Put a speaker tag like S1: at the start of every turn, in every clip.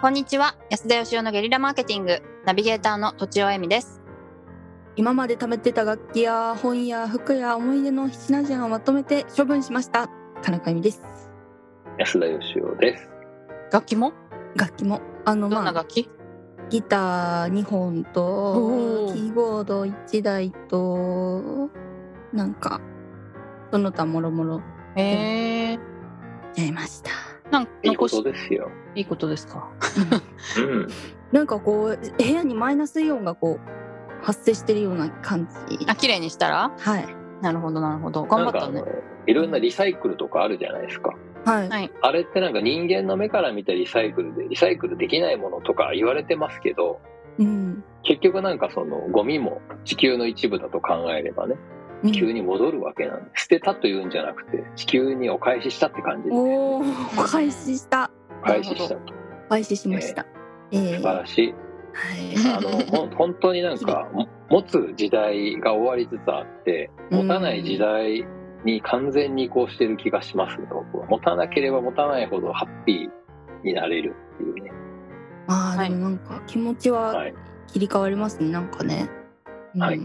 S1: こんにちは安田義雄のゲリラマーケティングナビゲーターの土地尾恵美です
S2: 今まで貯めてた楽器や本や服や思い出の品々をまとめて処分しました田中由美です
S3: 安田義雄です。
S1: 楽器も
S2: 楽器もあの
S1: どん
S2: ま
S1: な
S2: あ
S1: 楽器、
S2: ギター2本
S1: お
S2: と
S1: ー
S2: キーボード1台となんかその他もろもろ
S1: へえ
S2: やりました
S1: なんか
S3: いいこ
S1: 残
S3: と
S1: し
S3: ですよ。
S1: いいことですか
S3: うん。
S2: なんかこう部屋にマイナスイオンがこう発生してるような感じ
S1: あ綺麗にしたら
S2: はい
S1: なるほどなるほど頑張った
S3: な
S1: ね
S3: んかあのいろんなリサイクルとかあるじゃないですか。
S2: はい、
S1: はい
S3: あれってなんか人間の目から見たリサイクルで、リサイクルできないものとか言われてますけど、
S2: うん
S3: 結局なんかそのゴミも地球の一部だと考えればね、
S2: うん
S3: 地球に戻るわけなんで、捨てたというんじゃなくて、地球にお返ししたって感じです。
S2: おお 開始した
S3: お返しした。
S2: 開始しましたええ
S3: 素晴らしい。
S2: はい
S3: あのほん本当になんかも持つ時代が終わりつつあって
S2: うん
S3: 持たない時代に完全に移行してる気がしますね僕は持たなければ持たないほどハッピーになれるっていうね
S2: まあ
S1: はい
S2: でもなんか気持ちは
S3: はい
S2: 切り替わりますねなんかね、うん、
S3: はい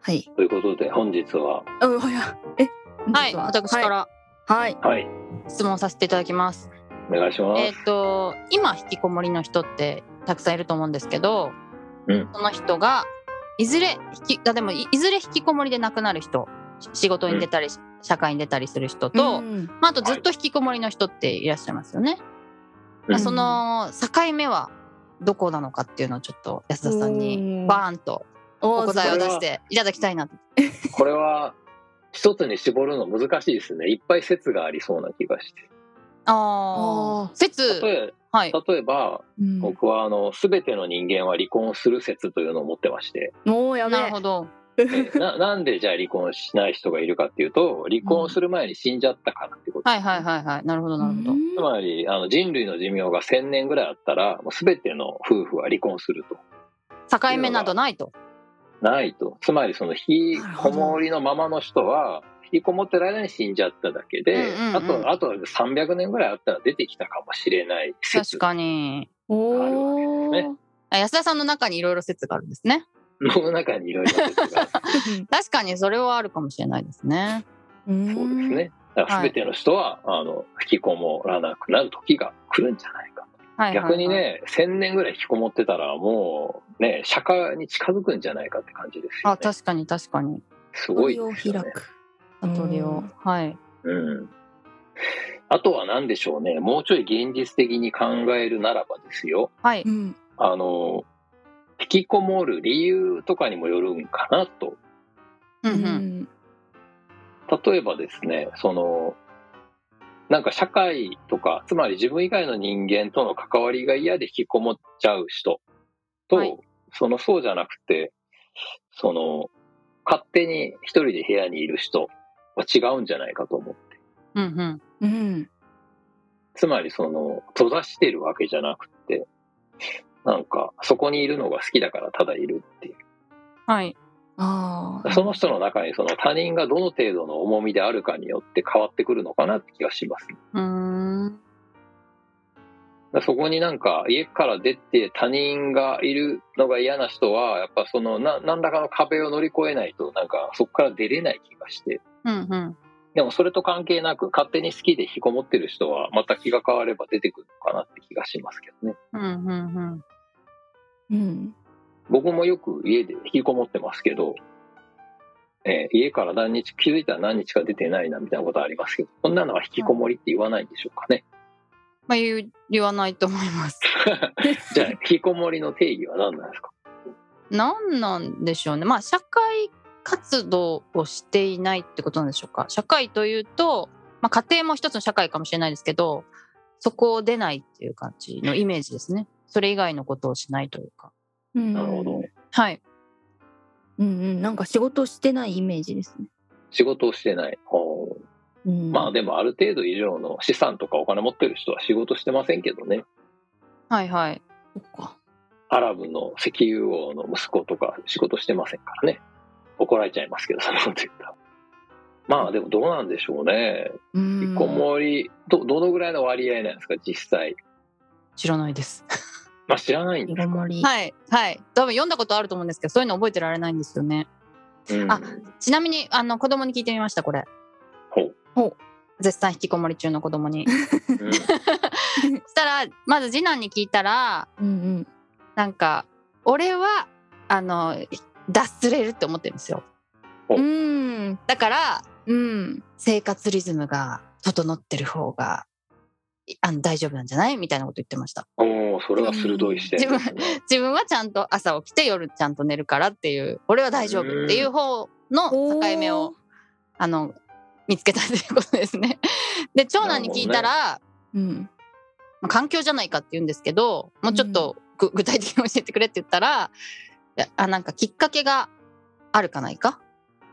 S2: はい
S3: ということで本日は
S2: あいやえ
S1: はい私か
S2: はい、
S1: ら
S2: はい、
S3: はい
S1: 質問させていただきます、
S3: お願いします
S1: えっ、と今引きこもりの人ってたくさんいると思うんですけど、
S3: うん
S1: その人がいずれ引きあでもいいずれ引きこもりで亡くなる人し仕事に出たり、社会に出たりする人と、
S2: うん
S1: まあ、あとずっと引きこもりの人っていらっしゃいますよね、
S3: うん
S1: その境目はどこなのかっていうのをちょっと安田さん
S2: う
S1: に
S2: ん
S1: バーンとお答えを
S3: おー
S1: 出していただきたいなと
S3: これは一つに絞るの難しいですねいっぱい説がありそうな気がして
S1: ああ
S2: あー
S1: 説
S3: 例え
S1: はい
S3: 例えば
S2: うん
S3: 僕はあの全ての人間は離婚する説というのを持ってまして
S2: もうやべえ
S1: なるほど
S3: えーな なんでじゃあ離婚しない人がいるかっていうと離婚する前に死んじゃったからってこと、
S1: はいはいはいはいなるほどなるほど、
S2: うん
S3: つまりあの人類の寿命が1000年ぐらいあったらもう全ての夫婦は離婚すると
S1: 境目などないと
S3: ないとつまりその引き
S2: なるほ
S3: こ
S2: ど
S3: もりのままの人は引きこもってる間に死んじゃっただけで、
S1: うんうんうん
S3: あとあと300年ぐらいあったら出てきたかもしれない
S1: 確
S3: 説
S1: かに
S2: お
S3: あるわ
S2: ー
S1: あ安田さんの中にいろいろ説があるんですね
S3: の中にいろいろ説 がある
S1: 確かにそれはあるかもしれないですね
S2: うん
S3: そうですねだから全ての人は、あの引きこもらなくなる時が来るんじゃないか
S1: はいはいはい
S3: 逆にね、1000年ぐらい引きこもってたら、もうね、釈迦に近づくんじゃないかって感じですよ、
S1: あ
S3: ね。
S1: 確かに確かに
S3: すごい
S2: 鳥を
S3: ですよ
S2: 開
S3: ね。
S2: く
S1: 鳥をはい
S3: うん。あとは何でしょうね、もうちょい現実的に考えるならばですよ、
S1: はい
S2: うん
S3: あの、引きこもる理由とかにもよるんかなと。
S1: う
S2: うん
S1: うん
S2: ん
S3: 例えばですね、その、なんか社会とか、つまり自分以外の人間との関わりが嫌で引きこもっちゃう人と、
S1: はい
S3: そのそうじゃなくて、その、勝手に一人で部屋にいる人は違うんじゃないかと思う。
S1: うんうん
S2: うん
S3: つまりその、閉ざしてるわけじゃなくて、なんか、そこにいるのが好きだからただいるっていう。
S1: はい
S2: ああ
S3: その人の中にその他人がどの程度の重みであるかによって変わってくるのかなって気がしますね
S1: うーん
S3: だからそこになんか家から出て他人がいるのが嫌な人はやっぱそのな何らかの壁を乗り越えないとなんかそこから出れない気がして
S1: うんうん
S3: でもそれと関係なく勝手に好きで引きこもってる人はまた気が変われば出てくるのかなって気がしますけどね
S1: うんうんうん
S2: うん
S3: 僕もよく家で引きこもってますけど、えー家から何日気づいたら何日か出てないなみたいなことありますけどこんなのは引きこもりって言わないんでしょうかね
S1: まあ言う言わないと思います
S3: じゃあ引きこもりの定義は何なんですか
S1: 何なんでしょうねまあ社会活動をしていないってことなんでしょうか社会というと、まあ、家庭も一つの社会かもしれないですけどそこを出ないっていう感じのイメージですねそれ以外のことをしないというか
S2: うん
S3: なるほど
S1: はい
S2: うんうんなんか仕事してないイメージですね
S3: 仕事をしてないほ
S2: う
S3: う
S2: ん
S3: まあでもある程度以上の資産とかお金持ってる人は仕事してませんけどね
S1: はいはい
S2: そっか
S3: アラブの石油王の息子とか仕事してませんからね怒られちゃいますけどそんなこと言ったらまあでもどうなんでしょうね
S2: うん
S3: 引きこもりどどのぐらいの割合なんですか実際
S1: 知らないです
S3: あ、知らないん
S2: ひ
S3: だ。
S2: ごもり。
S1: はいはい多分読んだことあると思うんですけどそういうの覚えてられないんですよね
S3: うん、
S1: あちなみにあの子供に聞いてみましたこれ
S3: ほう。
S1: 絶賛引きこもり中の子供に
S3: うん
S1: そしたらまず次男に聞いたら
S2: うん
S1: なんか俺はあの脱すれるって思ってるんですよ
S2: うん。うん。
S1: だから
S2: うん。
S1: 生活リズムが整ってる方がいあの大丈夫なんじゃないみたいなこと言ってました
S3: おお、それは鋭い視点ですね。
S1: 自分はちゃんと朝起きて夜ちゃんと寝るからっていう俺は大丈夫っていう方の境目をあの見つけたということですね。 で長男に聞いたら、
S2: おー。うん。
S1: まあ環境じゃないかって言うんですけどもうちょっとぐ具体的に教えてくれって言ったらいやあなんかきっかけがあるかないか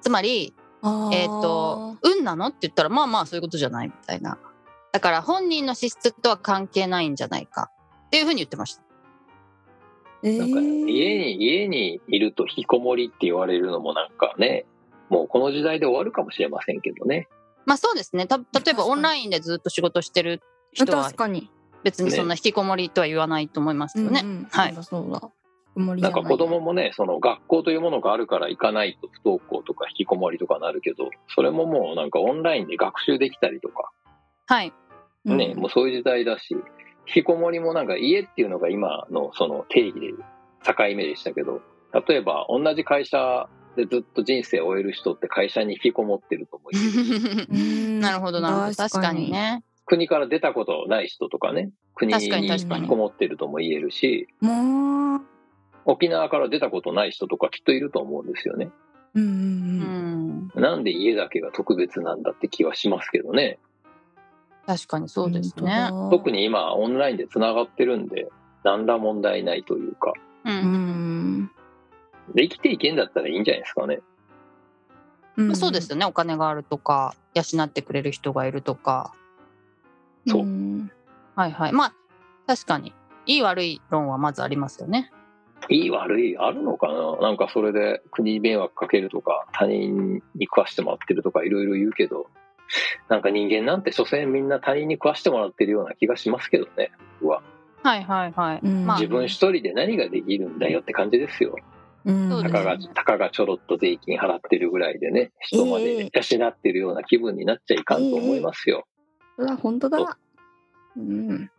S1: つまり
S2: あー
S1: えっ、と、運なのって言ったら、まあまあそういうことじゃないみたいな。だから本人の資質とは関係ないんじゃないかっていうふうに言ってました。
S2: えー
S3: なんか家に、家にいると引きこもりって言われるのもなんかね、もうこの時代で終わるかもしれませんけどね。
S1: まあそうですね。た例え
S2: 確か
S1: ば
S2: に
S1: オンラインでずっと仕事してる人は
S2: 確かに。
S1: 別にそんな引きこもりとは言わないと思いますよね。
S2: うんうん
S1: はい
S2: そうだそうだ。ひごもりじ
S3: な
S2: ゃ
S3: ん
S2: い
S3: か子供。もね、その学校というものがあるから行かないと不登校とか引きこもりとかなるけど、それももうなんかオンラインで学習できたりとか、
S1: はい。
S2: うん
S3: ね、もうそういう時代だし、引きこもりもなんか家っていうのが今のその定義で境目でしたけど、例えば同じ会社でずっと人生を終える人って会社に引きこもってると思います
S2: うん
S1: なるほどなるほど。確かに。ね。
S3: 国から出たことない人とかね国
S1: 確かに
S3: に
S1: 確
S2: かに
S3: 引きこもってるとも言えるし
S2: もう。
S3: 沖縄から出たことない人とかきっといると思うんですよね
S2: うんう
S1: うん
S2: うん。
S1: ん。
S3: なんで家だけが特別なんだって気はしますけどね
S1: 確かにそうですね。
S3: 特
S2: に。
S3: に今オンラインでつながってるんで何ら問題ないというか
S1: う。
S2: うんん。。
S3: で生きていけんだったらいいんじゃないですかね
S1: まあそうですよね。お金があるとか、養ってくれる人がいるとか。
S3: そうん
S1: はいはい。まあ確かに。いい悪い論はまずありますよね。
S3: いい悪いあるのかななんかそれで国に迷惑かけるとか他人に食わしてもらってるとかいろいろ言うけどなんか人間なんて所詮みんな他人に食わしてもらってるような気がしますけどね僕は
S1: はいはいはい。
S2: うん
S1: まあ
S3: 自分一人で何ができるんだよって感じですよ。
S2: うん
S1: そうで
S3: た
S1: す
S3: か
S1: ね
S3: が、たかがちょろっと税金払ってるぐらいでね、人まで養ってるような気分になっちゃいかんと思いますよ。
S2: うわ本当だ。うん。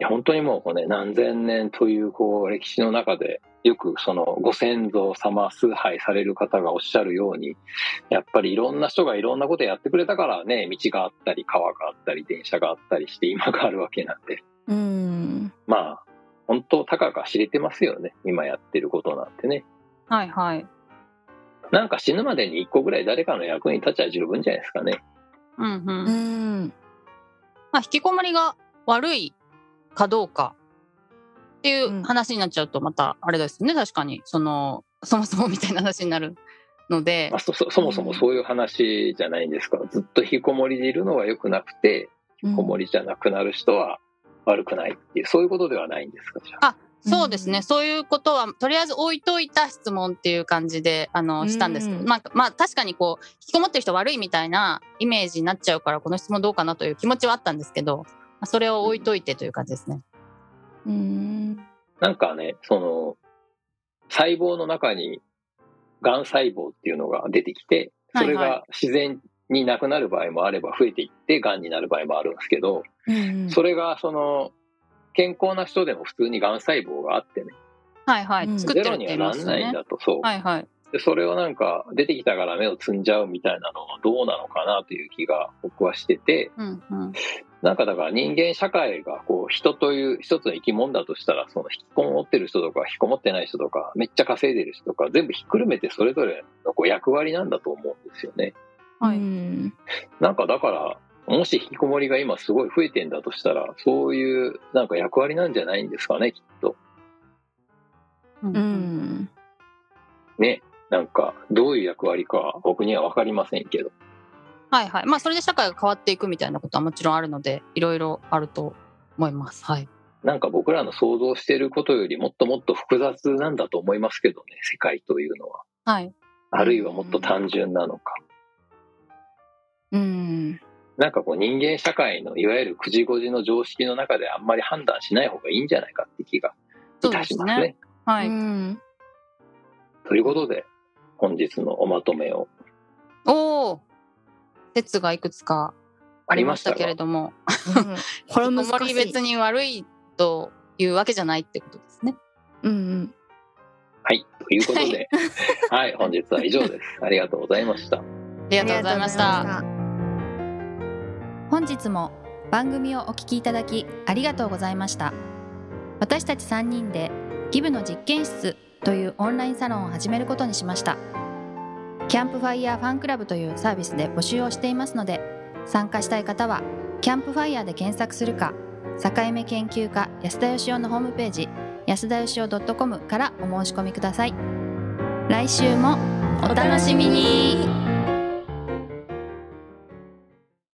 S3: いや本当にもうこうね、何千年というこう歴史の中で、よくそのご先祖様崇拝される方がおっしゃるように、やっぱりいろんな人がいろんなことやってくれたからね、道があったり、川があったり、電車があったりして今があるわけなんで、
S2: うん。
S3: まあ、本当たかが知れてますよね、今やってることなんてね。
S1: はいはい。
S3: なんか死ぬまでに一個ぐらい誰かの役に立ちゃ十分じゃないですかね。
S1: うんうん。
S2: う
S1: ま
S2: ん。
S1: あ、引きこもりが悪いかどうかっていううん話になっちゃうと、またあれですね。確かに、その、そもそもみたいな話になるので
S3: まあ、。そそそもそもそういう話じゃないんですから、ずっと引きこもりでいるのは良くなくて、引きこもりじゃなくなる人は悪くないっていう、そういうことではないんですか、じゃあ。
S1: あ、そうですね。
S2: うん
S1: そういうことは、とりあえず置いといた質問っていう感じで、あ
S2: う
S1: の、
S2: ん
S1: したんですけど、まあ、まあ、確かにこう、引きこもってる人悪いみたいなイメージになっちゃうから、この質問どうかなという気持ちはあったんですけど、まあそれを置いといてという感じですね。
S2: うん。
S3: なんかね、その、細胞の中に、がん細胞っていうのが出てきて、それ
S1: はいは
S3: が自然になくなる場合もあれば、増えていって、がんになる場合もあるんですけど、
S2: うん。
S3: それが、その、健康な人でも普通にがん細胞があってね、
S1: はいは
S2: うん
S1: い。作っ
S3: ゼ
S1: てる
S3: ロ
S1: って
S3: に
S1: 言
S3: はい
S1: ま
S3: な
S1: すよ
S3: んないん
S1: ね。
S3: だと、そう。
S1: はいはい。
S3: でそれをなんか出てきたから目をつんじゃうみたいなのはどうなのかなという気が僕はしてて
S1: うんうん。
S3: なんかだから人間社会がこう人という一つの生き物だとしたらその引きこもってる人とか引きこもってない人とかめっちゃ稼いでる人とか全部ひっくるめてそれぞれのこう役割なんだと思うんですよね。
S1: はい
S2: うん。
S3: なんかだからもし引きこもりが今すごい増えてんだとしたらそういうなんか役割なんじゃないんですかねきっと。
S1: うん
S2: うん。
S3: ね。なんかどういう役割かは僕には分かりませんけど。
S1: はいはい。まあ、それで社会が変わっていくみたいなことはもちろんあるので、いろいろあると思います。はい。
S3: なんか僕らの想像していることよりもっともっと複雑なんだと思いますけどね、世界というのは。
S1: はい。
S3: あるいはもっと単純なのか。
S2: うん。
S3: なんかこう人間社会のいわゆるくじごじの常識の中であんまり判断しない方がいいんじゃないかって気がいたします
S1: そうです
S3: ね。
S1: は い。
S4: うん。
S3: ということで本日のおまとめを
S1: おお説がいくつかありましたけれども、
S4: これ
S1: あ
S4: は
S1: んま
S4: 難し
S1: り
S4: い。
S1: 別に悪いというわけじゃないってことですね。
S4: うん
S3: はいということで、はい、本日は以上です。ありがとうございました。
S1: あり
S4: うん。
S1: がとうございまし
S4: ありがとうござい
S1: た。
S4: ま。
S2: 本日も番組をお聞きいただきありがとうございました私たち3人でギブの実験室というオンラインサロンを始めることにしましたキャンプファイヤーファンクラブというサービスで募集をしていますので参加したい方はキャンプファイヤーで検索するか境目研究家安田義雄のホームページ安田義雄 .com からお申し込みください来週もお楽しみに